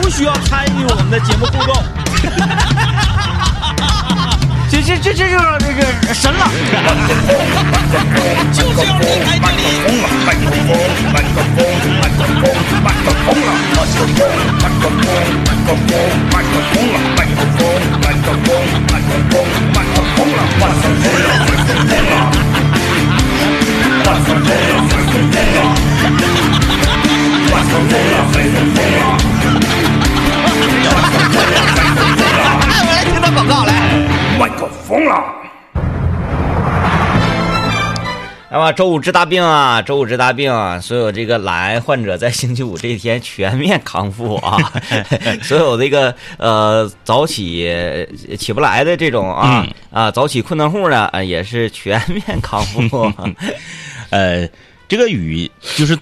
不需要参与我们的节目互动。这这这这就是这个神了。就是要离开这里。哎，我来听段广告来。麦克风了。那么周五治大病啊，周五治大病啊，所有这个懒癌患者在星期五这一天全面康复啊， 所有这个呃早起呃起不来的这种啊、嗯啊早起困难户呢，啊也是全面康 复。呃，这个雨就是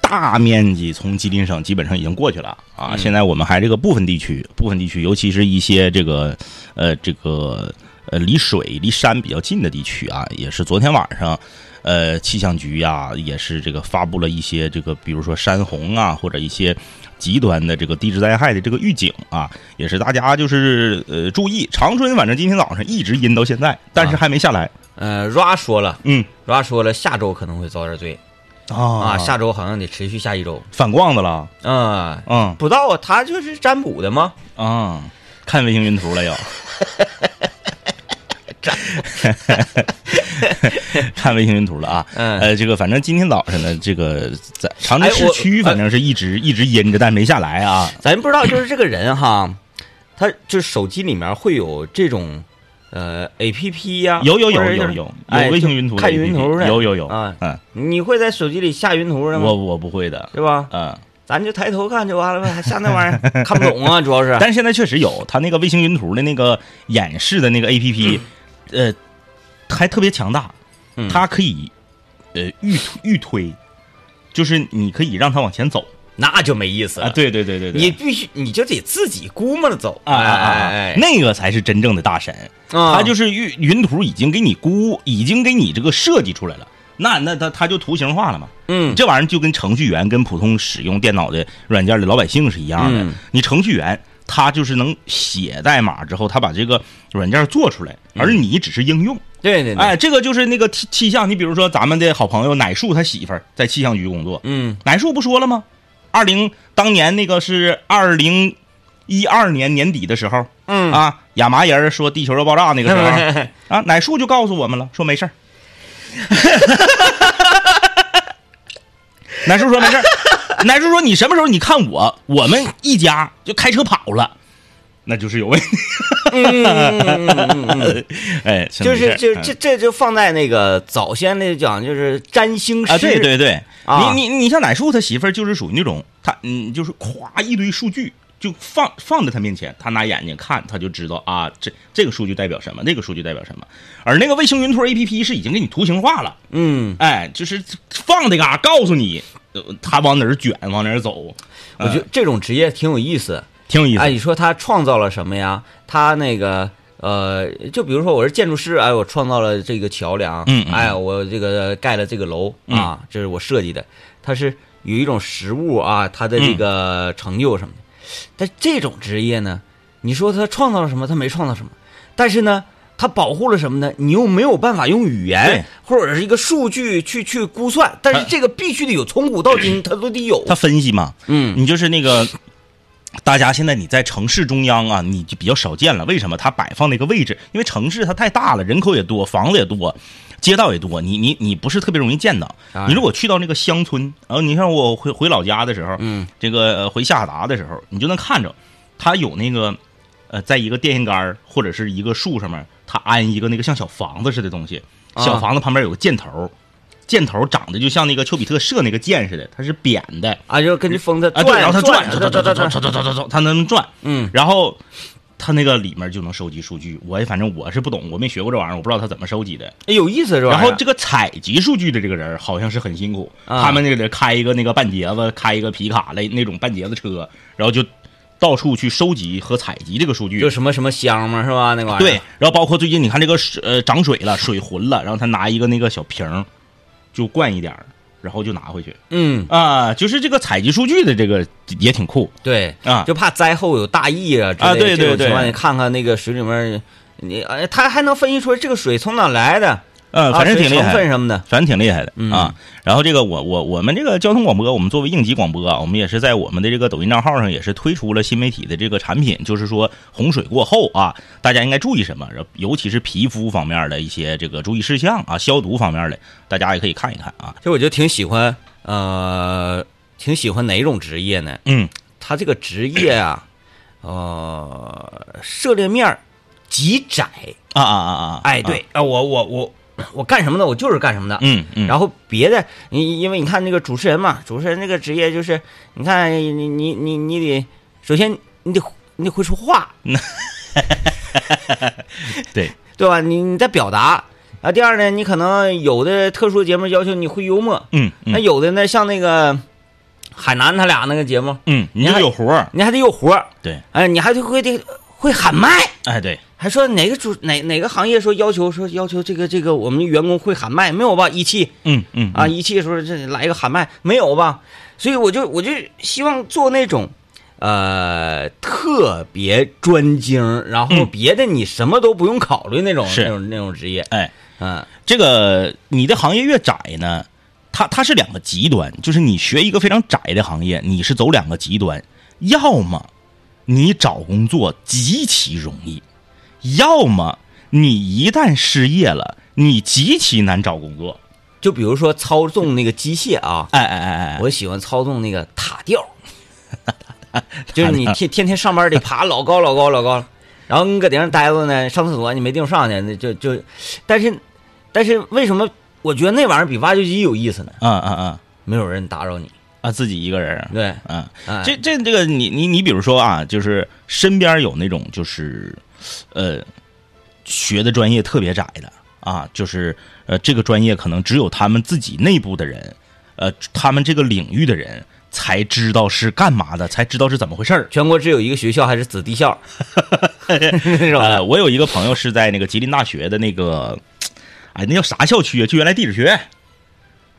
大面积从吉林省基本上已经过去了啊。现在我们还这个部分地区，部分地区，尤其是一些这个呃这个呃离水离山比较近的地区啊，也是昨天晚上。呃，气象局呀、也是这个发布了一些这个，比如说山洪啊，或者一些极端的这个地质灾害的这个预警啊，也是大家就是呃注意。长春反正今天早上一直阴到现在，但是还没下来。呃，Ra 说了嗯，Ra 说了，下周可能会遭点罪啊，啊下周好像得持续下一周反光的了。啊。嗯不知道啊，他就是占卜的吗？啊，看卫星云图 了又。看卫星云图了啊，嗯呃，这个反正今天早上呢，这个在长哎春市我区反正是一直、一直阴着，但没下来啊。咱不知道，就是这个人哈，他就是手机里面会有这种呃 A P P 呀、有有有或者有是有哎有卫星云图就的看 APP，云图的，有有有啊，嗯，你会在手机里下云图的我吗？我不会的，是吧？嗯，咱就抬头看就完了呗，还下那玩意 儿看不懂啊，主要是但是现在确实有，它那个卫星云图的那个演示的那个 A P P，、呃，还特别强大，嗯它可以呃预预推，就是你可以让它往前走那就没意思了。，啊对对对对你必须你就得自己估摸着走啊啊啊啊哎哎！那个才是真正的大神，啊他就是云云图已经给你估，已经给你这个设计出来了。那那它它就图形化了嘛，嗯这玩意儿就跟程序员跟普通使用电脑的软件的老百姓是一样的。嗯你程序员他就是能写代码之后，他把这个软件做出来，而你只是应用。对嗯对对，哎，这个就是那个气气象，你比如说咱们的好朋友乃树，他媳妇儿在气象局工作，嗯乃树不说了吗？二零当年那个是二零一二年年底的时候，嗯 啊，亚麻人说地球要爆炸那个时候啊，乃树就告诉我们了，说没事儿。 乃树说没事儿，乃树说你什么时候你看我，我们一家就开车跑了，那就是有问题。 哎，就是就这。这这就放在那个早先那讲就是占星师啊，对对对，啊你你你像乃树他媳妇儿就是属于那种，他嗯就是咵一堆数据就放放在他面前，他拿眼睛看，他就知道啊这这个数据代表什么，那个数据代表什么。而那个卫星云图 A P P 是已经给你图形化了，嗯，哎，就是放那嘎、告诉你，呃他往哪儿卷，往哪儿走，我觉得这种职业挺有意思。挺嗯有意思。哎，你说他创造了什么呀？他那个呃，就比如说我是建筑师，哎，我创造了这个桥梁，嗯嗯嗯哎，我这个盖了这个楼啊，这是我设计的。它是有一种实物啊，它的这个嗯成就什么的。但这种职业呢，你说他创造了什么？他没创造什么，但是呢。他保护了什么呢？你又没有办法用语言或者是一个数据去去估算，但是啊这个必须得有从古到今，它都得有。他分析嘛，嗯你就是那个，大家现在你在城市中央啊，你就比较少见了。为什么？它摆放那个位置，因为城市它太大了，人口也多，房子也多，街道也多，你你你不是特别容易见到。你如果去到那个乡村，然后你像我回回老家的时候，嗯，这个呃回下达的时候，你就能看着，它有那个呃，在一个电线杆儿或者是一个树上面，它安一个那个像小房子似的东西，小啊房子旁边有个箭头。箭头长得就像那个丘比特射那个箭似的，它是扁的，啊，就根据风它啊，转，对，然后它转，转，转转转转转转转转，它能转，嗯，然后它那个里面就能收集数据。我也反正我是不懂，我没学过这玩意儿，我不知道它怎么收集的。哎有意思是吧？然后这个采集数据的这个人儿好像是很辛苦，啊他们那个开一个那个半截子，开一个皮卡类那种半截子车，然后就到处去收集和采集这个数据，就什么什么香嘛，是吧？那个玩意儿。对，然后包括最近你看这个水呃涨水了，水浑了，然后他拿一个那个小瓶儿，就灌一点儿，然后就拿回去嗯，啊、就是这个采集数据的这个也挺酷对，啊，就怕灾后有大疫啊之类啊对这种对对情况，你看看那个水里面，你哎，他还能分析出这个水从哪来的，呃，啊反正挺水厉成害分。什么的，反正挺厉害的嗯啊。然后这个我我我们这个交通广播，我们作为应急广播啊，我们也是在我们的这个抖音账号上也是推出了新媒体的这个产品，就是说洪水过后啊，大家应该注意什么，然后尤其是皮肤方面的一些这个注意事项啊，消毒方面的，大家也可以看一看啊。其实我就挺喜欢，呃，挺喜欢哪种职业呢？嗯他这个职业啊，呃，涉猎面儿极窄。啊啊啊啊！哎，对，啊、我我我我干什么的，我就是干什么的。嗯嗯，然后别的，你因为你看那个主持人嘛，主持人那个职业就是，你看你你你你得，首先你得你得会说话，嗯对，对吧？你你在表达。啊，第二呢，你可能有的特殊节目要求你会幽默，嗯那嗯有的呢，像那个海南他俩那个节目，嗯，你就有活儿，你还得有活儿，对，哎，你还得会得会喊麦，哎对，还说哪个主哪哪个行业说要求说要求这个这个我们员工会喊麦没有吧？一汽嗯嗯啊，一汽说这来一个喊麦没有吧？所以我就我就希望做那种。呃，特别专精，然后嗯别的你什么都不用考虑那种、是那种那种职业，哎，嗯，这个你的行业越窄呢，它它是两个极端，就是你学一个非常窄的行业，你是走两个极端，要么你找工作极其容易，要么你一旦失业了，你极其难找工作。就比如说操纵那个机械啊，哎哎哎哎我喜欢操纵那个塔吊，就是你天天天上班得爬老高老高老高，然后你搁顶上待着呢，上厕所你没地方上去，那就就，但是但是为什么我觉得那玩意儿比挖掘机有意思呢？哎，啊啊啊没有人打扰你，啊，自己一个人 啊，对，啊。哎、这这这个你你你比如说啊，就是身边有那种就是，呃，学的专业特别窄的啊，就是呃这个专业可能只有他们自己内部的人，呃他们这个领域的人才知道是干嘛的，才知道是怎么回事儿。全国只有一个学校还是子弟校， 哎是吧？呃，我有一个朋友是在那个吉林大学的那个，哎，那叫啥校区啊？就原来地质学，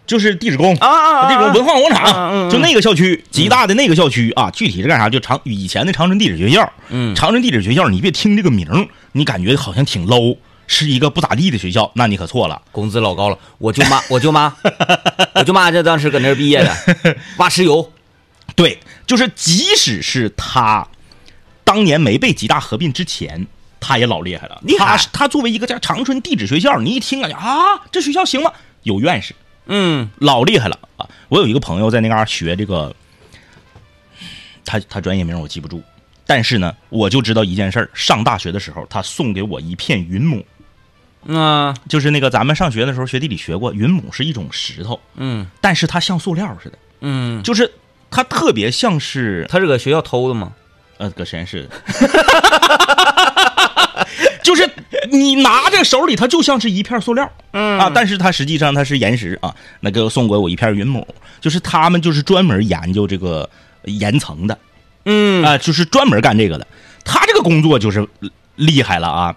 就是地质工啊啊啊！那种文化广啊嗯场，嗯就那个校区，吉大的那个校区啊，具体是干啥？就长以前的长春地质学校，嗯长春地质学校，你别听这个名儿，你感觉好像挺 low，是一个不咋地的学校，那你可错了。工资老高了，我舅 妈，我舅妈，我舅妈这当时搁那儿毕业的， 挖石油，对，就是即使是他当年没被吉大合并之前。他也老厉害了，厉害他是他作为一个在长春地质学校，你一听感觉啊，这学校行吗？有院士，嗯老厉害了啊！我有一个朋友在那嘎儿学这个，他他专业名我记不住，但是呢，我就知道一件事儿：上大学的时候，他送给我一片云母，啊就是那个咱们上学的时候学地理学过，云母是一种石头，嗯但是它像塑料似的，嗯，就是它特别像是他是搁学校偷的吗？呃搁实验室 的。就是你拿着手里，它就像是一片塑料，嗯啊，但是它实际上它是岩石啊。那个送给我一片云母，就是他们就是专门研究这个岩层的，嗯啊、就是专门干这个的。他这个工作就是呃厉害了啊！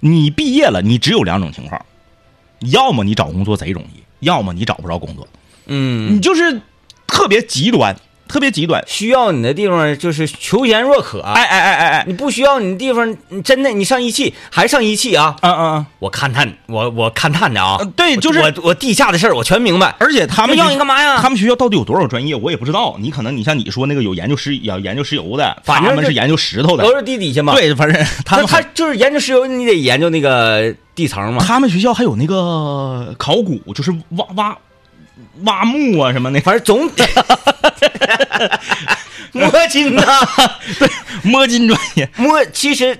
你毕业了，你只有两种情况，要么你找工作贼容易，要么你找不着工作，嗯，你就是特别极端，特别极端。需要你的地方就是求贤若渴，啊哎，哎哎哎哎，你不需要你的地方，你真的你上一汽还上一汽啊？嗯嗯嗯，我勘探，我我勘探的啊呃，对我就是我我地下的事儿我全明白。而且他们那要学你干嘛呀他们学校到底有多少专业，我也不知道。你可能你像你说那个有研究石有研究石油的，反正他们就是研究石头的都，是地底下嘛，，对，反正他他们他就是研究石油，你得研究那个地层嘛。他们学校还有那个考古，就是挖挖挖墓啊什么那反正总 得摸金呐， 摸金专业。摸其实，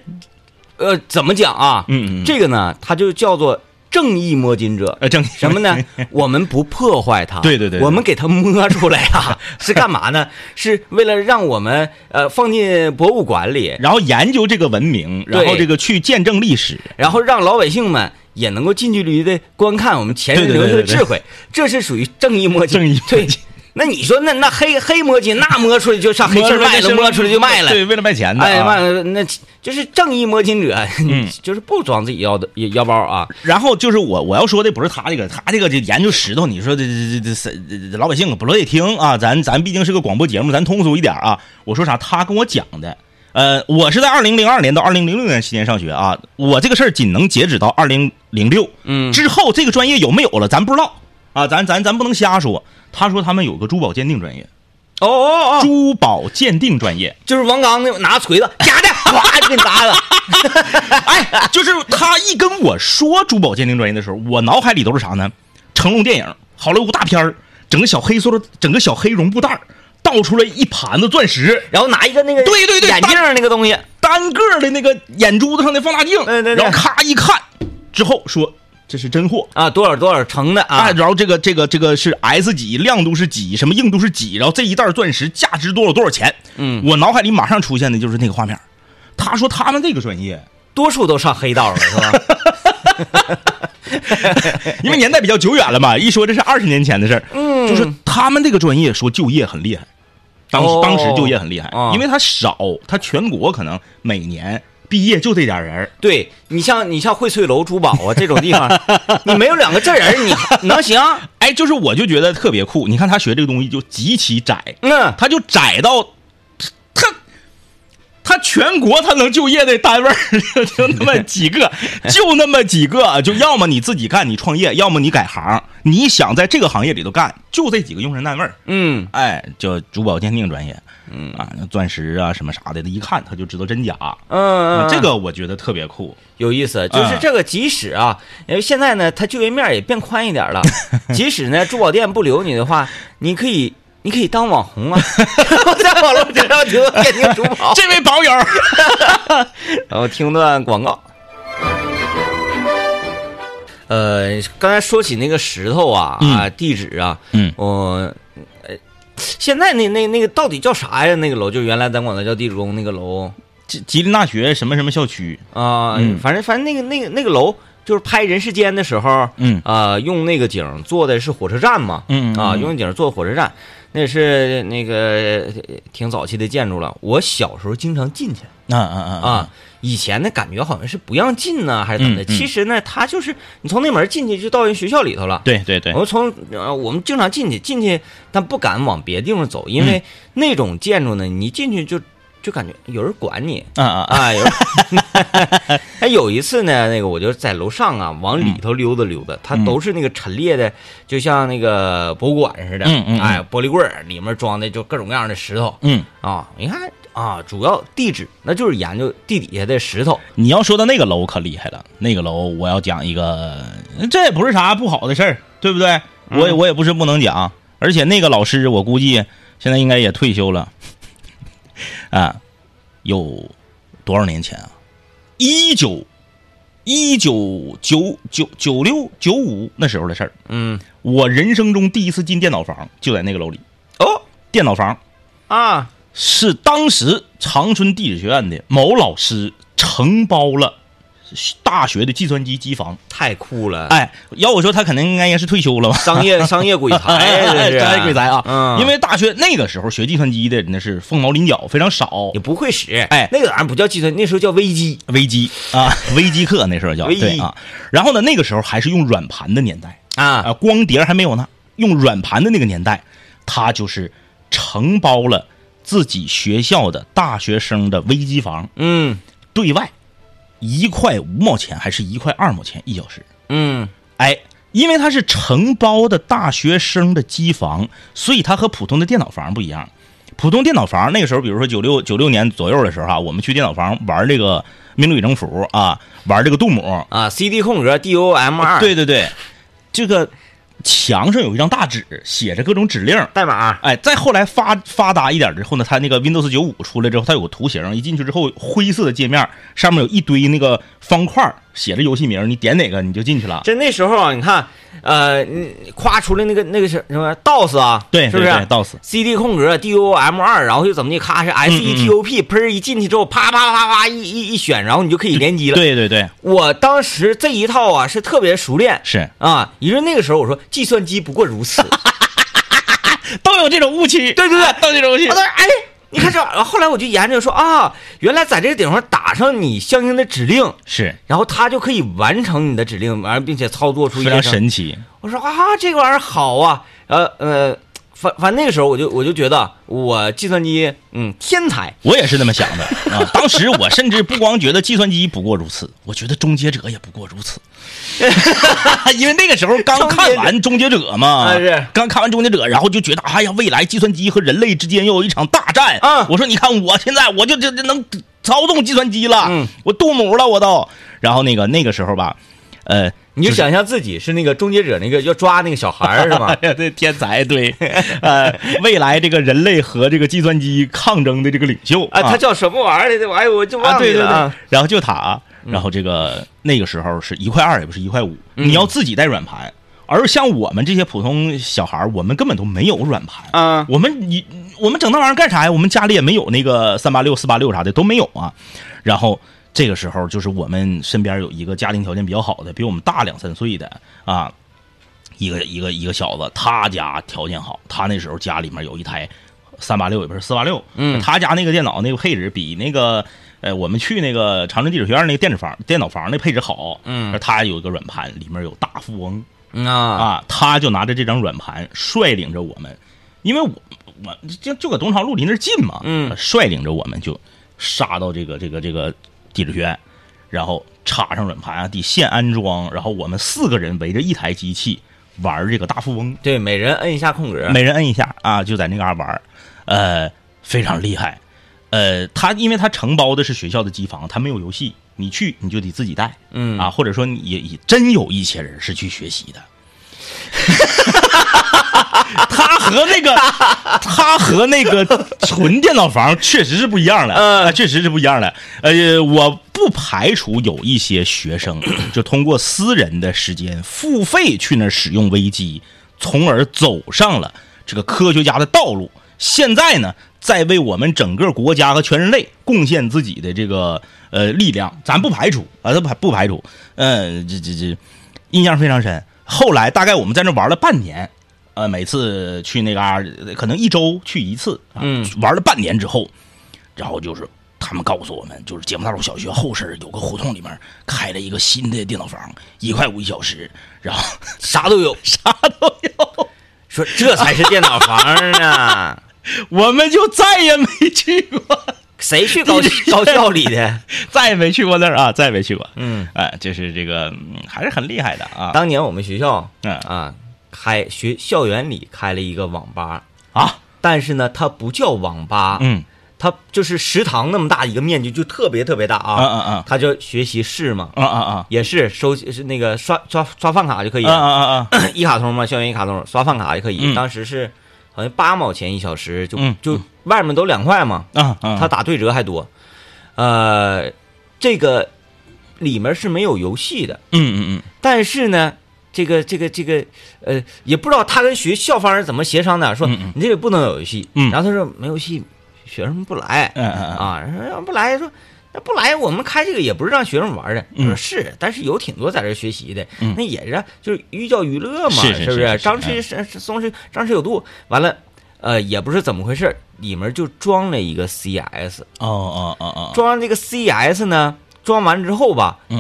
呃，怎么讲啊？嗯嗯嗯这个呢，它就叫做正义摸金者。呃，正什么呢？ 我们不破坏它，对对对对我们给它摸出来啊， 是干嘛呢？是为了让我们呃放进博物馆里，然后研究这个文明，然后对这个去见证历史，然后让老百姓们也能够近距离的观看我们前人对对留下对的对对智慧，这是属于正义摸金，正义摸对金。那你说那那黑黑摸金，那摸出去就上黑市卖了，摸出去就卖了。对，为了卖钱的、哎，啊。卖了那就是正义摸金者，嗯 就是不装自己腰的腰包啊。然后就是我我要说的不是他这个，他这个就研究石头，你说这这这这这这老百姓不乐意听啊，咱咱毕竟是个广播节目，咱通俗一点啊。我说啥，他跟我讲的。呃，我是在二零零二年到二零零六年期间上学啊，我这个事儿仅能截止到二零零六，嗯啊之后这个专业有没有了咱不知道啊，咱咱咱不能瞎说。他说他们有个珠宝鉴定专业，哦哦哦，珠宝鉴定专业，就是王刚那拿锤子，假的，哗就给你砸了。哎，就是他一跟我说珠宝鉴定专业的时候，我脑海里都是啥呢？成龙电影、好莱坞大片儿，整个小黑塑料，整个小黑绒布袋儿倒出来一盘子钻石，然后拿一个那个对对对眼镜儿那个东西，单个儿的那个眼珠子上的放大镜，对对对然后咔一看，之后说这是真货。啊，多少多少成的啊哎，，然后这个这个这个是 S 几，亮度是几，什么硬度是几，然后这一袋钻石价值多少多少钱？嗯我脑海里马上出现的就是那个画面儿。他说他们这个专业，多数都上黑道了，是吧？因为年代比较久远了嘛，一说这是二十年前的事儿，嗯，就是他们这个专业说就业很厉害，当时、哦当时就业很厉害，啊因为他少，他全国可能每年毕业就这点人儿，对你像你像荟萃楼珠宝啊这种地 方，你没有两个这人儿，你能行？哎，就是我就觉得特别酷，你看他学这个东西就极其窄，嗯，他就窄到他他全国他能就业的单位儿 就就那么几个，就那么几个，啊就要么你自己干，你创业，要么你改行，你想在这个行业里头干，就这几个用人单位儿。嗯，哎，叫珠宝鉴定专业，嗯啊，那钻石啊什么啥的，他一看他就知道真假。嗯，啊嗯这个我觉得特别酷，有意思，就是这个，即使啊，因为现在呢，它就业面也变宽一点 了，即使呢珠宝店不留你的话，你可以你可以当网红啊， 在网络上直播鉴定珠宝。这位宝友，然后听段广告。呃，刚才说起那个石头啊、嗯啊地址啊，嗯我、呃，现在那那那个到底叫啥呀？那个楼就原来咱管它叫地主宫那个楼吉吉林大学什么什么校区，啊、嗯反正反正那个那个那个楼，就是拍《人世间》的时候，嗯啊、用那个景做的是火车站嘛，嗯嗯啊，嗯用景做火车站，那是那个呃挺早期的建筑了。我小时候经常进去，啊啊啊啊，，以前的感觉好像是不让进呢，还是怎么的？嗯嗯其实呢，他就是你从那门进去就到人学校里头了。对对对我，们从呃，我们经常进去，进去但不敢往别地方走，因嗯为那种建筑呢，你进去就就感觉有人管 你啊啊啊，啊。有人 哎，有一次呢，那个我就在楼上啊，往里头溜达溜达，它嗯都是那个陈列的，就像那个博物馆似的，嗯嗯嗯哎，玻璃柜儿里面装的就各种各样的石头，嗯，啊，你看啊，主要地质那就是研究地底下的石头。你要说到那个楼可厉害了，那个楼我要讲一个，这也不是啥不好的事儿，对不对？我也我也不是不能讲，而且那个老师我估计现在应该也退休了， 啊，有多少年前啊？一九一九九九九六九五那时候的事儿，嗯，我人生中第一次进电脑房就在那个楼里，哦电脑房啊，是当时长春地质学院的某老师承包了大学的计算机机房。太酷了！哎，要我说他肯定应该也是 退休了吧？商业商业鬼才， 这是哎哎鬼才啊！嗯，因为大学那个时候学计算机的那是凤毛麟角，非常少。也不会使，哎那个玩意儿不叫计算，那时候叫微机。微机啊，微机课那时候叫微机对啊。然后呢，那个时候还是用软盘的年代啊啊，光碟还没有呢，用软盘的那个年代，他就是承包了自己学校的大学生的微机房，嗯对外一块五毛钱还是一块二毛钱一小时。嗯，哎，因为它是承包的大学生的机房，所以它和普通的电脑房不一样。普通电脑房那个时候，比如说九六九六年左右的时候啊，我们去电脑房玩这个《命令与征服》啊，玩这个杜姆，啊，CD 空格 DOM 二，哦对对对，这个墙上有一张大纸，写着各种指令。代码，哎，再后来发发达一点之后呢，它那个 Windows 九五出来之后，它有个图形，一进去之后灰色的界面，上面有一堆那个方块，写着游戏名，你点哪个你就进去了。在那时候啊，你看，呃，你夸出来那个那个是什么 DOS 啊，对，是不是对对 DOS CD 空格 DOM 二，然后又怎么的，咔是 E SETOP，喷儿一进去之后，啪啪啪啪一一一选，然后你就可以联机了。对对对，我当时这一套啊是特别熟练是啊，因为那个时候我说计算机不过如此，都有这种误区，哦对对对，都有这种误区我。当时哎，你看这玩意儿，后来我就研究说啊，原来在这个顶上打上你相应的指令，是然后它就可以完成你的指令，完了并且操作出一非些常声神奇，我说啊，这个玩意儿好啊，呃呃，反反正那个时候我就我就觉得我计算机嗯天才，我也是这么想的啊。当时我甚至不光觉得计算机不过如此，我觉得终结者也不过如此， 因为那个时候刚看完《终结者》嘛啊是，刚看完《终结者》，然后就觉得哎呀，未来计算机和人类之间要有一场大战嗯我说你看我现在我就这这能操纵计算机了，嗯我杜母了我都。然后那个那个时候吧，呃，你就就是想象自己是那个终结者那个要抓那个小孩儿 ？是吗啊哎呀，对，天才，对， 呃，未来这个人类和这个计算机抗争的这个领袖啊，他叫什么玩意儿来着？哎呦，我就啊，忘对记对了对啊。，然后就他，然后这个那个时候是一块二，也不是一块五，嗯你要自己带软盘，而像我们这些普通小孩儿，我们根本都没有软盘。啊，我们你我们整那玩意儿干啥呀？我们家里也没有那个三八六、四八六啥的都没有啊。然后这个时候就是我们身边有一个家庭条件比较好的，比我们大两三岁的啊，一个一个一个小子，他家条件好，他那时候家里面有一台三八六，也不是四八六，嗯他家那个电脑那个配置比那个。呃，我们去那个长春技术学院那个电子房、电脑房那配置好，嗯，他有一个软盘，里面有大富翁，嗯啊，啊，他就拿着这张软盘率领着我们，因为我我就就搁东长路离那儿近嘛，嗯率领着我们就杀到这个这个这个地质学院，然后插上软盘啊，得现安装，然后我们四个人围着一台机器玩这个大富翁，对，每人摁一下空格，每人摁一下啊，就在那嘎玩儿，呃，非常厉害。呃，他因为他承包的是学校的机房，他没有游戏，你去你就得自己带，嗯啊，或者说你也也真有一些人是去学习的。他和那个，他和那个纯电脑房确实是不一样 的，呃，确实是不一样的。呃，我不排除有一些学生 就通过私人的时间付费去那儿使用微机，从而走上了这个科学家的道路。现在呢，在为我们整个国家和全人类贡献自己的这个呃力量，咱不排除啊，咱不排不排除。嗯、这这这，印象非常深。后来大概我们在那玩了半年，呃，每次去那嘎、儿可能一周去一次，啊、嗯，玩了半年之后，然后就是他们告诉我们，就是解放大路小学后身有个胡同里面开了一个新的电脑房，一块五一小时，然后啥都有，啥都有，说这才是电脑房 呢。 我们就再也没去过，谁去高高校里的？ 再也没去过那儿啊，再也没去过。嗯，哎，就是这个、嗯还是很厉害的啊当年我们学校嗯啊，开学校园里开了一个网吧，啊，但是呢，它不叫网吧，嗯它就是食堂那么大一个面积，就特别特别大啊啊。啊啊它叫学习室嘛，啊啊啊也是收是那个刷刷刷饭卡就可以啊，啊啊啊， 一卡通嘛，校园一卡通刷饭卡就可以。嗯当时是好像八毛钱一小时，就嗯就外面都两块嘛，啊啊它打对折还多。呃，这个里面是没有游戏的，嗯嗯但是呢，这个这个这个，呃，也不知道他跟学校方是怎么协商的，说嗯嗯你这个不能有游戏。嗯然后他说没游戏，学生不来。嗯嗯嗯啊，然后要不来说。那不来，我们开这个也不是让学生玩的。我说嗯是，但是有挺多在这学习的，嗯那也是就是寓教于乐嘛，是是不是嗯是是张弛是是松弛，张弛有度。完了，呃，也不是怎么回事儿，里面就装了一个 CS，哦哦哦哦，装上这个 CS 呢，装完之后吧，嗯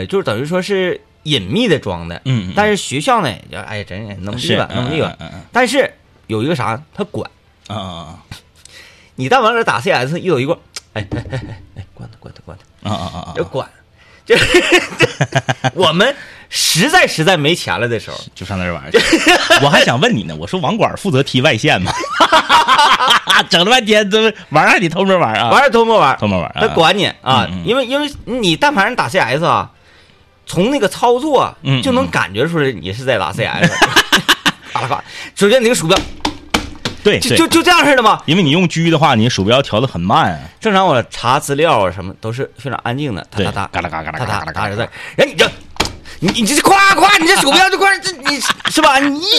呃，就是等于说是隐秘的装的，嗯，但是是学校呢，也就哎，真是能地是吧，能地吧。嗯嗯但是有一个啥，他管嗯啊你，但往这打 CS，一走一过，哎哎哎哎哎，关他关他关他，啊啊啊就，管，就 我们实在实在没钱了的时候，就上那儿玩去。我还想问你呢，我说网管负责踢外线吗？整了半天都玩还得偷摸玩啊，玩儿偷摸玩儿，偷摸玩他啊，管你啊嗯嗯，因为因为你但凡是打 CS 啊，从那个操作啊嗯嗯就能感觉出来你是在打 CS，嘎啦嘎啦，首先你个鼠标对就对就，就这样似的嘛。因为你用狙的话，你鼠标调的很慢，正常我查资料啊什么都是非常安静的，哒对，哒嘎哒啦嘎啦嘎啦他嘎他啦嘎他啦是在，人哎你这，你你这夸夸，你这鼠标就夸这你是吧？你一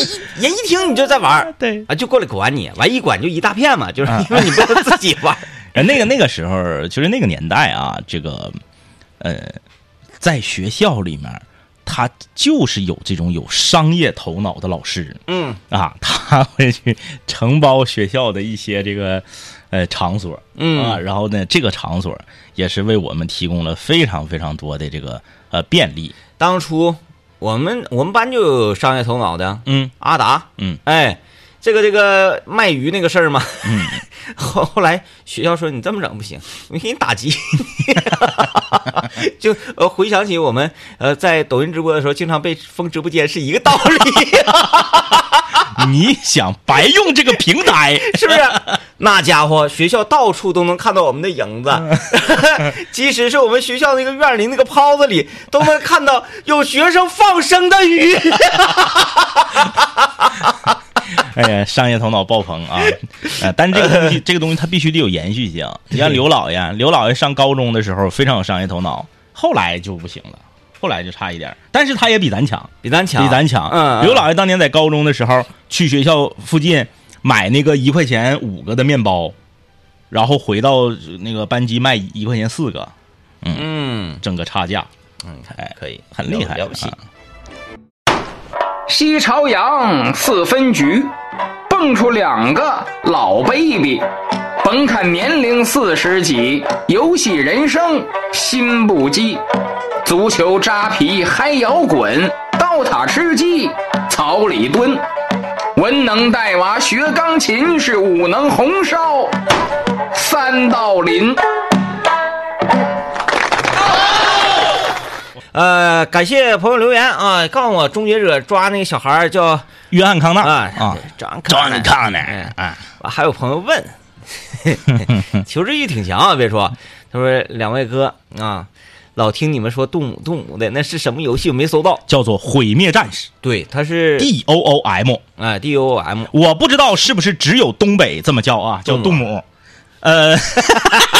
人一听你就在玩儿，对啊，就过来管你，完一管就一大片嘛，就是因为你不能自己 玩儿。呃，那个那个时候，就是那个年代啊，这个，呃，在学校里面，他就是有这种有商业头脑的老师，嗯啊， 他会去承包学校的一些这个呃场所，嗯啊，然后呢，这个场所也是为我们提供了非常非常多的这个呃便利，当初我们我们班就有商业头脑的，嗯，阿达，嗯，哎，这个这个卖鱼那个事儿嘛，嗯， 后后来学校说你这么整不行，我给你 打击，就呃回想起我们呃在抖音直播的时候，经常被封直播间是一个道理， 你想白用这个平台，是不是？那家伙学校到处都能看到我们的影子，嗯 即使是我们学校那个院里那个泡子里，都能看到有学生放生的鱼。哎呀，商业头脑爆棚啊！呃，但这个东西，这个东西它必须得有延续性。你像刘老爷，刘老爷上高中的时候非常有商业头脑，后来就不行了，后来就差一点儿，但是他也比咱强， 比咱强，比咱强。嗯，刘老爷当年在高中的时候，去学校附近买那个一块钱五个的面包，然后回到那个班级卖一块钱四个，嗯挣个差价，嗯，你看哎，可以，很厉害，了不起啊。西朝阳四分局，蹦出两个老 baby。甭看年龄四十几，游戏人生心不羁。足球扎皮嗨摇滚，刀塔吃鸡草里蹲。文能带娃学钢琴，是武能红烧三道林。呃，感谢朋友留言啊，告诉我终结者抓那个小孩儿叫约翰康纳啊啊，张装你看呢哎啊，啊还有朋友问， 求知欲挺强啊，别说，他说两位哥啊，老听你们说动武动武的，那是什么游戏？我没搜到。叫做毁灭战士对，他是 D O O M。啊 D O M，我不知道是不是只有东北这么叫啊，叫杜母。呃，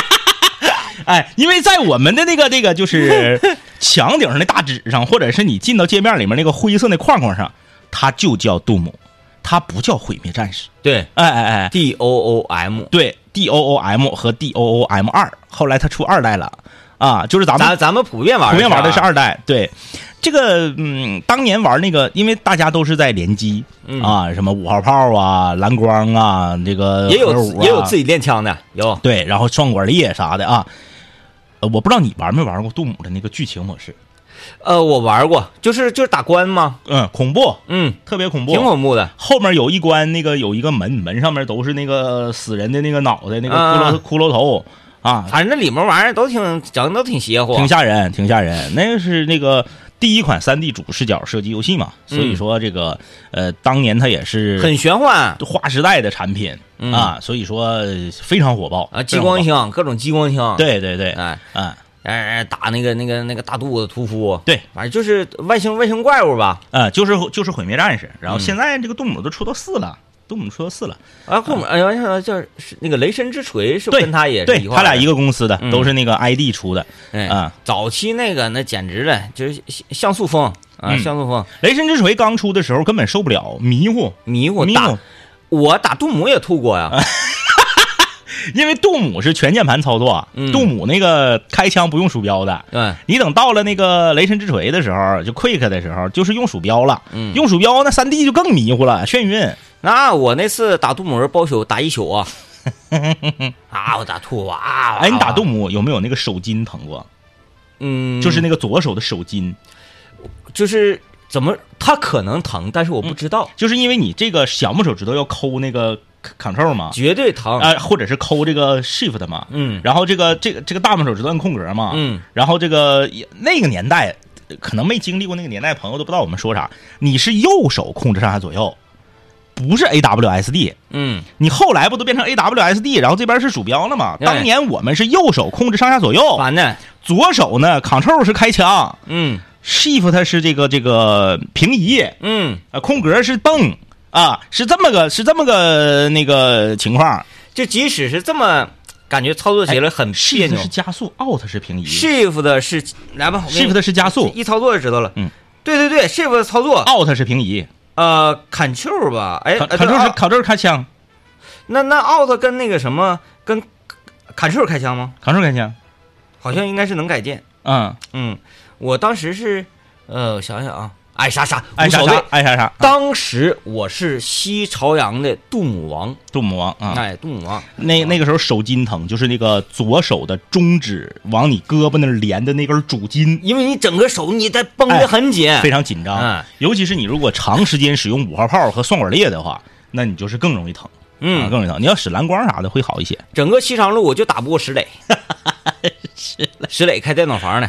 哎，因为在我们的那个那个就是 墙顶上的大纸上，或者是你进到界面里面那个灰色那框框上，它就叫杜母，它不叫毁灭战士。对哎哎哎， D O O M，对，D O O M 和 D O O M 二，后来它出二代了啊，就是咱们咱咱们普遍玩普遍玩的是啊，二代，对。这个嗯，当年玩那个，因为大家都是在联机、嗯啊，什么五号炮啊、蓝光啊，这个也有核武啊也有自己练枪的，有对，然后双管猎啥的啊。呃我不知道你玩没玩过杜姆的那个剧情模式，呃我玩过，就是就是打关嘛，嗯，恐怖，嗯，特别恐怖，挺恐怖的，后面有一关，那个有一个门，门上面都是那个死人的那个脑袋，那个骷髅、啊骷髅头啊，反正那里面玩意儿都挺整的都挺邪乎，挺吓人，挺吓人。那个是那个第一款三 D 主视角射击游戏嘛，所以嗯说这个呃，当年它也是很玄幻划时代的产品、嗯啊，所以说呃非常火爆啊，激光，非常火枪，各种激光枪，爆，对对对，哎，啊哎，打那个那个那个大肚子屠夫，对，反正就是外星外星怪物吧，啊，就是就是毁灭战士。然后现在这个杜姆都出到四了，嗯杜姆出到四了，啊，后面哎呀，像叫是那个雷神之锤是不对，跟他也是对一块他俩一个，个公司的，嗯都是那个 ID 出的。哎啊，早期那个那简直了，就是像像素风啊，嗯像素风雷神之锤刚出的时候根本受不了，迷糊迷糊迷糊打，，我打杜姆也吐过呀， 因为杜姆是全键盘操作，嗯杜姆那个开枪不用鼠标的。嗯你等到了那个雷神之锤的时候，就 Quick 的时候，就是用鼠标了。嗯啊用鼠标那三 D 就更迷糊了，眩晕。那我那次打杜姆人包宿打一宿啊， 啊，我打吐啊，啊哎，你打杜，姆有没有那个手筋疼过？嗯，就是那个左手的手筋，就是怎么他可能疼，但是嗯我不知道，就是因为你这个小拇手指头要抠那个 Ctrl 嘛，绝对疼，啊、或者是抠这个 Shift 嘛，嗯然后这个这个这个大拇手指头按空格嘛，嗯，然后这个那个年代可能没经历过那个年代，朋友都不知道我们说啥。你是右手控制上下左右，不是 A W S D。嗯。你后来不都变成 A W S D，然后这边是鼠标了吗？哎啊当年我们是右手控制上下左右，烦呢，左手呢 Ctrl 是开枪嗯，Shift 它是这个这个平移，嗯，啊，空格是蹦啊，是这么个是这么个那个情况。就即使是这么感觉操作起来很别 Shift 扭哎是加速，Alt 是平移 shift 的是来吧我给你，Shift 是加速一操作就知道了，嗯，啊对对对，shift 的操作， ，Alt 是平移呃，Ctrl 吧，哎呃对，Ctrl 是啊 Ctrl 开枪那那 out 跟那个什么跟 Ctrl 开枪吗？ ，Ctrl 开枪，好像应该是能改键，嗯，嗯，我当时是呃，我想想啊，爱啥啥，爱啊无啥所啥谓。爱啥啥，当时我是西朝阳的杜母王，杜母王啊，哎，杜母王，那那个时候手筋疼，就是那个左手的中指往你胳膊那儿连的那根主筋因为你整个手你在绷得很紧，哎非常紧张，哎尤其是你如果长时间使用五号炮和双管猎的话，那你就是更容易疼，啊，嗯，更容易疼。你要使蓝光啥的会好一些，整个西长路我就打不过 石磊，石磊开电脑房呢，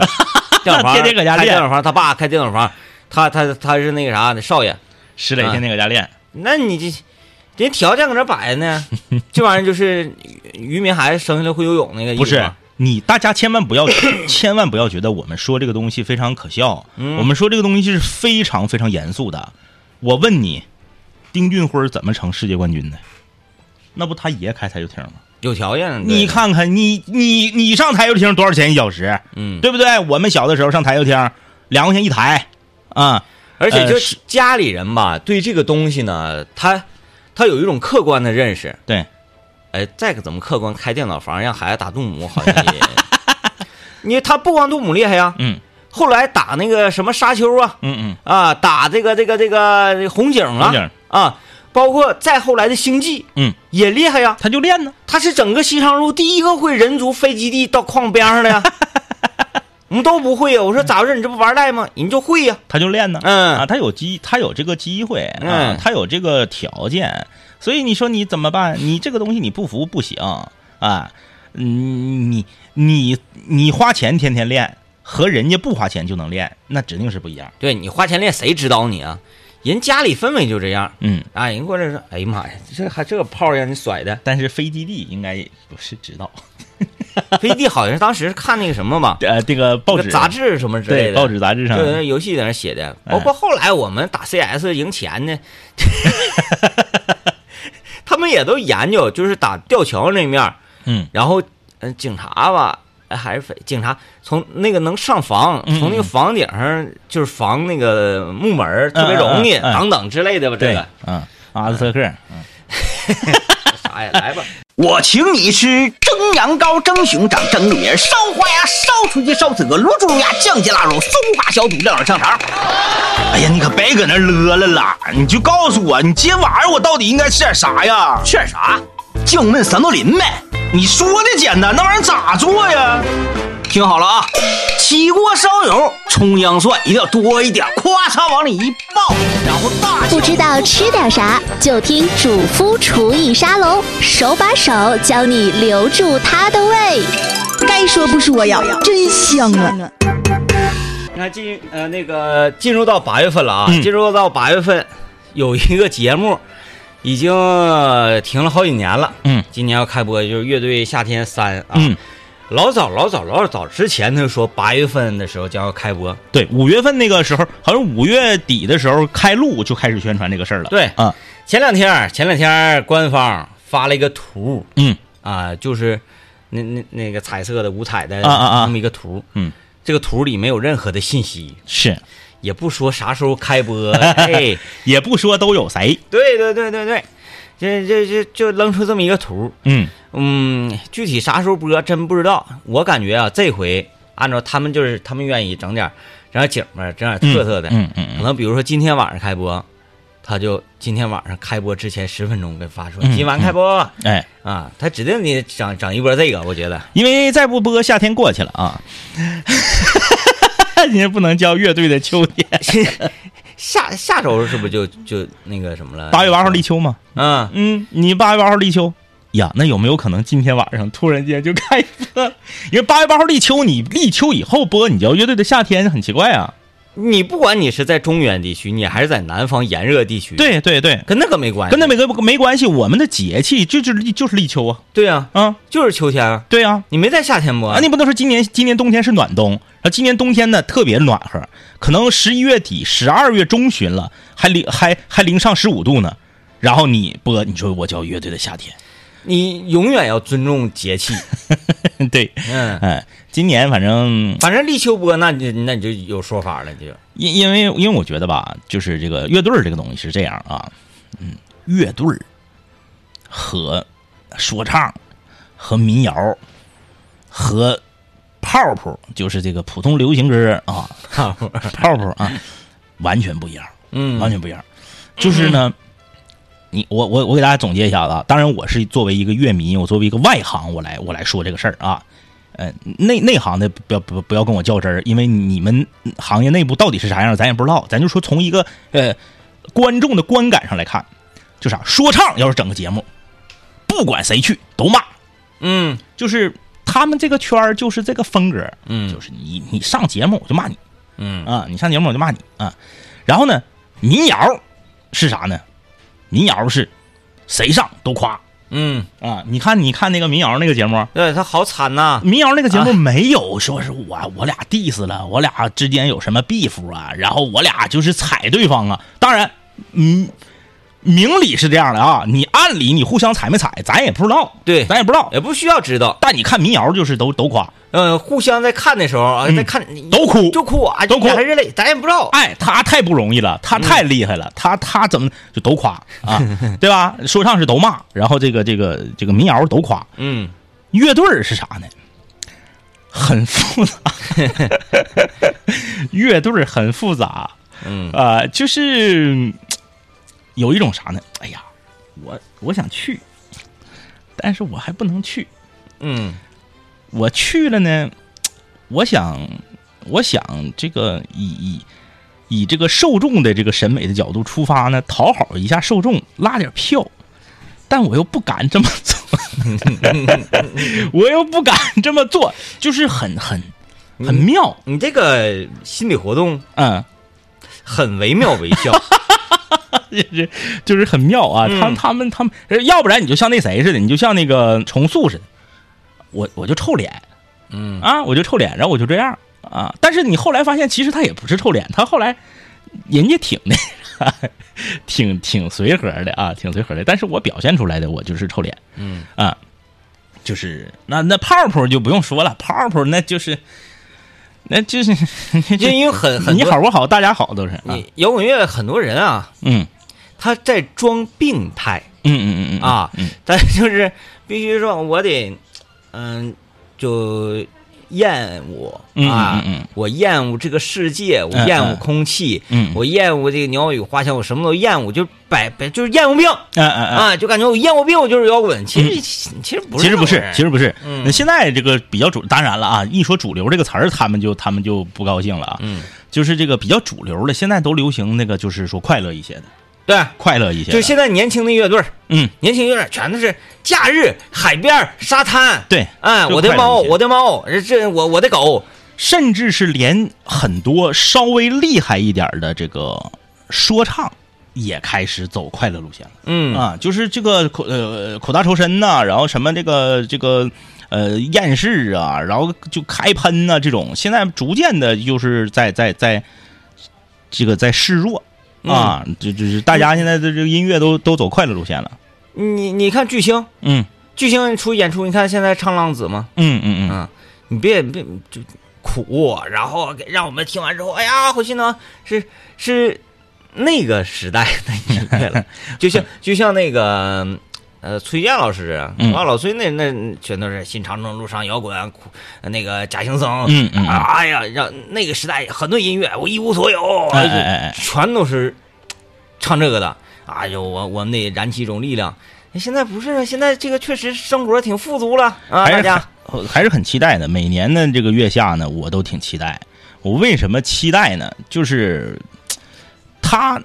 电脑房天天搁家开练电脑房，他爸开电脑房，他他他是那个啥的少爷，石磊啊天天搁家练，那你这人条件搁那摆着 呢，这玩意儿就是渔渔民孩子生下来会游泳那个意思不是吗，你大家千万不 要千万不要觉得我们说这个东西非常可笑，嗯我们说这个东西是非常非常严肃的。我问你，丁俊晖怎么成世界冠军的？那不他爷开台球厅吗？有条件，对你，看看你你你上台球厅多少钱一小时，嗯，对不对？我们小的时候上台球厅两块钱一台啊，而且呃就是家里人吧，对这个东西呢，他他有一种客观的认识。对，哎，再怎么客观，开电脑房让孩子打杜母，好像也， 你他不光杜母厉害呀，嗯后来打那个什么沙丘啊，嗯啊，打这个这个这个红警啊，红警啊，包括再后来的星际嗯嗯，也厉害呀，他就练呢，他是整个西昌路第一个会人族飞基地到矿边上的 呀。我们都不会呀，我说咋回事？你这不玩赖吗？人就会呀，他就练呢，嗯啊，他有机，他有这个机会啊嗯，他有这个条件，所以你说你怎么办？你这个东西你不服不行啊，嗯你你你花钱天天练和人家不花钱就能练，那指定是不一样，对你花钱练，谁指导你啊？人家里氛围就这样，嗯。。啊，人过来说，哎呀妈呀，这还这个炮让你甩的但是非基地应该也不是知道，飞弟好像是当时看那个什么吧，呃，这个报那纸个杂志什么之类对的，报纸杂志上就那游戏在那写的。哎包括后来我们打 CS 赢钱 呢，他们也都研究，就是打吊桥那面儿，嗯然后嗯，警察吧。哎还是匪警察从那个能上房，嗯从那个房顶上就是防那个木门儿，特别容易，嗯嗯嗯等等之类的吧。这对个，嗯，阿兹特克，啥呀？来吧，我请你吃蒸羊羔、蒸熊掌、蒸鹿眼、烧花鸭、烧雏鸡、烧子鹅、卤猪鸭、酱鸡腊肉、松花小肚、晾耳香肠。哎呀，你可别搁那乐了啦！你就告诉我，你今天晚上我到底应该吃点啥呀？吃点啥？酱焖三豆林呗。你说的简单，那玩意儿咋做呀？听好了啊，起锅烧油，葱姜蒜一定要多一点，咵嚓往里一爆，然后大不知道吃点啥，就听主夫厨艺沙龙，手把手教你留住它的胃。该说不说呀，真香啊！你看进呃那个进入到八月份了啊，嗯进入到八月份有一个节目已经呃停了好几年了，嗯，今年要开播就是《乐队夏天三》啊，嗯，老早老早老早之前他就说八月份的时候将要开播，对，五月份那个时候，好像五月底的时候开录就开始宣传这个事儿了。对啊，前两天儿前两天儿官方发了一个图嗯啊，就是那那那个彩色的五彩的啊啊啊那么一个图，嗯，这个图里没有任何的信息，是，也不说啥时候开 播，哎。也不说都有谁，对对对对对，这这这就扔出这么一个图，嗯嗯，具体啥时候播真不知道。我感觉啊，这回按照他们就是他们愿意整点儿整点儿景儿吧，整点儿嗯特色的，嗯嗯可嗯能比如说今天晚上开播，他就今天晚上开播之前十分钟给发出来，嗯今晚开播、哎，啊，他指定得整整一波这个，我觉得因为再不播夏天过去了啊， 你也不能叫乐队的秋天。下下周是不是就就那个什么了？八月八号立秋嘛，嗯，嗯，你八月八号立秋呀，那有没有可能今天晚上突然间就开播了？ 因为八月八号立秋，你立秋以后播，你叫乐队的夏天很奇怪啊。你不管你是在中原地区，你还是在南方炎热地区，，对对对，跟那个没关系，跟那没个没关系，我们的节气就是立就是立秋啊，对啊，啊，就是秋天啊。对啊，你没在夏天播啊，你不能说今年今年冬天是暖冬，然后今年冬天呢特别暖和，可能十一月底、十二月中旬了，还零还还零上十五度呢，然后你播，你说我叫乐队的夏天， 你永远要尊重节气。对，嗯，哎，今年反正反正立秋播，那你那你就有说法了，你 就因因为因为我觉得吧，就是这个乐队儿这个东西是这样啊，嗯，乐队儿和说唱和民谣和 pop 靠谱，就是这个普通流行歌啊，靠谱，靠谱啊，完全不一样，嗯完全不一样。就是呢，你我我我给大家总结一下子啊，当然我是作为一个乐迷，我作为一个外行，我来我来说这个事儿啊。呃，内内行的不要不不要跟我较真儿，因为你们行业内部到底是啥样，咱也不知道。咱就说从一个呃观众的观感上来看，就啥、说唱要是整个节目，不管谁去都骂，嗯就是他们这个圈儿就是这个风格，嗯就是你你上节目我就骂你嗯啊，你上节目我就骂你啊。然后呢，民谣是啥呢？民谣是谁上都夸嗯，啊。你看你看那个民谣那个节目，对他好惨呐，民谣那个节目没有说是我我俩 diss 了，我俩之间有什么 beef 啊，然后我俩就是踩对方啊。当然，嗯。明理是这样的啊，你暗里你互相踩没踩，咱也不知道，对哎咱也不知道。也不需要知道，但你看民谣就是都都夸，嗯，互相在看的时候啊，在看嗯都哭就哭啊，都哭还是泪，咱也不知道，哎，他太不容易了，他太厉害了，他他怎么就都夸啊，对吧？说唱是都骂，然后这个这个这个民谣都夸，嗯，乐队儿是啥呢？很复杂，乐队儿很复杂，嗯啊，就是嗯有一种啥呢？哎呀，我我想去，但是我还不能去，嗯我去了呢，我想，我想这个以以以这个受众的这个审美的角度出发呢，讨好一下受众，拉点票，但我又不敢这么做， 我又不敢这么做，就是很很很妙，嗯你这个心理活动嗯，很惟妙惟 肖，就是就是很妙啊。他嗯他们他们，要不然你就像那谁似的，你就像那个重塑似的，我我就臭脸，嗯啊，我就臭脸，然后我就这样啊。但是你后来发现，其实他也不是臭脸，他后来人家挺那啥， 挺挺随和的啊，挺随和的。但是我表现出来的我就是臭脸，嗯啊，就是那那泡泡就不用说了，泡泡那就是那就是因为因为很很你多好我好大家好都是啊，嗯你摇滚乐很多人啊，嗯他在装病态。嗯嗯嗯啊嗯但就是必须说，我得，嗯，就厌恶嗯啊，嗯嗯我厌恶这个世界，我嗯厌恶嗯空气，嗯我厌恶这个鸟语花香，我什么都厌恶，就百百就是厌恶病、嗯嗯嗯。啊，就感觉我厌恶病，我就是摇滚。其实、其实不是，其实不是，其实实不是。嗯那现在这个比较主，当然了啊，一说主流这个词儿，他们就他们就不高兴了啊。嗯，就是这个比较主流的，现在都流行那个，就是说快乐一些的，对，快乐一些的。就是现在年轻的乐队儿，嗯，年轻乐队儿全都是假日、海边儿、沙滩，，对，哎，就我的快乐猫，一些我的猫，这这我我的狗，甚至是连很多稍微厉害一点儿的这个说唱也开始走快乐路线了、嗯啊，就是这个口呃口大仇深呐、然后什么这个这个呃厌世啊，然后就开喷呐、这种，现在逐渐的就是在在在这个在示弱。啊，就就是大家现在的这个音乐都都走快乐路线了，你你看巨星，嗯巨星出演出，你看现在唱浪子吗？嗯嗯嗯，嗯，你别别就苦，然后给让我们听完之后，哎呀，回去呢是是那个时代的音乐 了，就像就像那个呃崔健老师，嗯啊老崔那那全都是新长征路上摇滚，苦那个假行僧，嗯嗯嗯啊哎呀，让那个时代很多音乐我一无所有，哎哎哎哎全都是唱这个的，哎呦我我们得燃起一种力量。现在不是啊，现在这个确实生活挺富足了啊，还大是家很。呃还是很期待的。每年的这个月下呢，我都挺期待。我为什么期待呢？就是他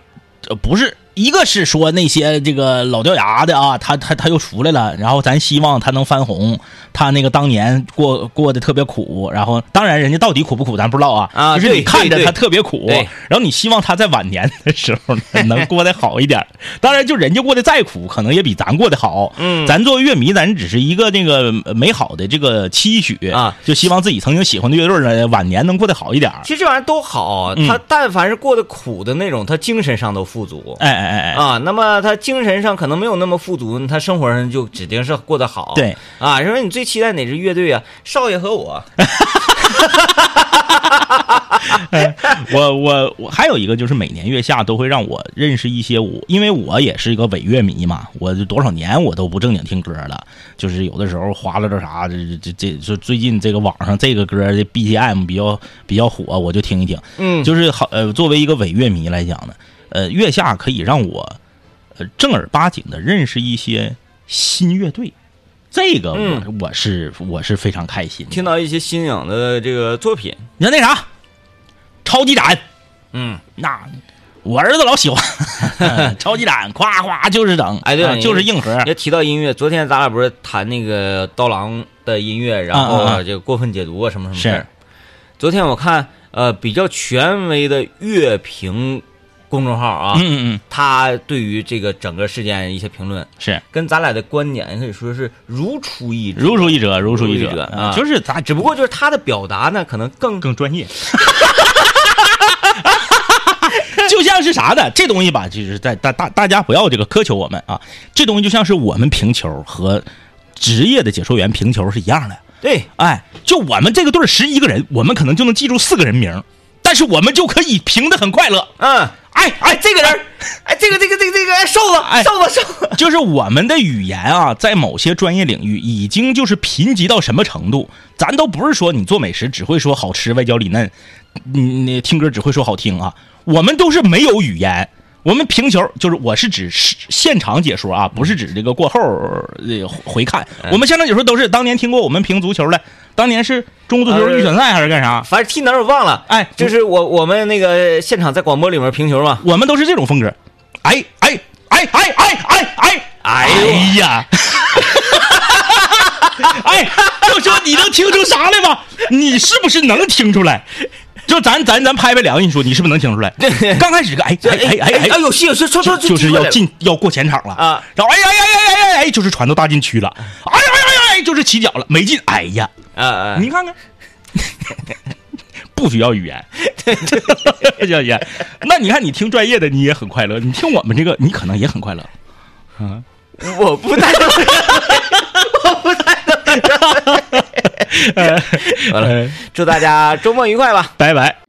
呃不是一个是说那些这个老掉牙的啊，他他他又出来了，然后咱希望他能翻红。他那个当年过过得特别苦，然后当然人家到底苦不苦咱不知道啊，啊就是你对看着对他对特别苦对，然后你希望他在晚年的时候呢能过得好一点 儿。当然，就人家过得再苦，可能也比咱过得好。嗯咱作为乐迷，咱只是一个那个呃美好的这个期许啊，就希望自己曾经喜欢的乐队呢，晚年能过得好一点儿。其实这玩意儿都好，嗯他但凡是过得苦的那种，他精神上都富足。哎哎哎哎，啊，那么他精神上可能没有那么富足，他生活上就指定是过得好。对啊，说你最期待哪支乐队啊？少爷和我，我我我还有一个就是每年月下都会让我认识一些我，因为我也是一个伪乐迷嘛，我就多少年我都不正经听歌了，就是有的时候花了这啥，这这这这最近这个网上这个歌这 BGM 比较比较火，我就听一听。嗯就是好呃，作为一个伪乐迷来讲呢，呃，月下可以让我呃正儿八经的认识一些新乐队，这个我、嗯我是我是非常开心的。听到一些新颖的这个作品，你看那啥，超级展，嗯，那我儿子老喜欢 超级展，夸夸就是整，哎对啊就是硬核。也提到音乐，昨天咱俩不是谈那个刀郎的音乐，然后啊啊啊啊这个过分解读啊，什么什么事是儿。昨天我看呃比较权威的乐评公众号啊，嗯嗯嗯，他对于这个整个事件一些评论，是跟咱俩的观点可以说是如出一辙。如出一辙，如出如一出一辙辙，啊就是咱只不过就是他的表达呢，可能更更专业。 就像是啥呢？这东西吧，就是在大大大家不要这个苛求我们啊，这东西就像是我们评球和职业的解说员评球是一样的。对，哎，就我们这个队十一个人，我们可能就能记住四个人名，但是我们就可以评的很快乐。嗯，哎哎，这个人儿，哎，这个这个这个这个哎瘦子，哎瘦子瘦子， 就是我们的语言啊，在某些专业领域已经就是贫瘠到什么程度，咱都不是说你做美食只会说好吃、外焦里嫩，你嗯你听歌只会说好听啊，我们都是没有语言。我们评球就是，我是指是现场解说啊，不是指这个过后呃回看。我们现场解说都是当年听过我们评足球的，当年是中国足球预选赛还是干啥？反正踢哪儿我忘了。哎就是我我们那个现场在广播里面评球嘛。我们都是这种风格。哎哎哎哎哎哎哎哎哎呀！ 哎，就说你能听出啥来吗？你是不是能听出来？就咱咱咱拍拍梁，你说你是不是能听出 来？刚开始个哎哎哎哎哎哎，有戏有戏，说说就就是要进要过前场了啊！然后哎呀呀呀呀呀呀，就是传到大禁区了，哎呀呀呀呀，就是起脚了，没进，哎呀！啊啊！你看 看，不需要语言， 不需要语言。那你看，你听专业的你也很快乐，你听我们这个你可能也很快乐。我不太懂， 我不太懂。完了，祝大家周末愉快吧。拜拜。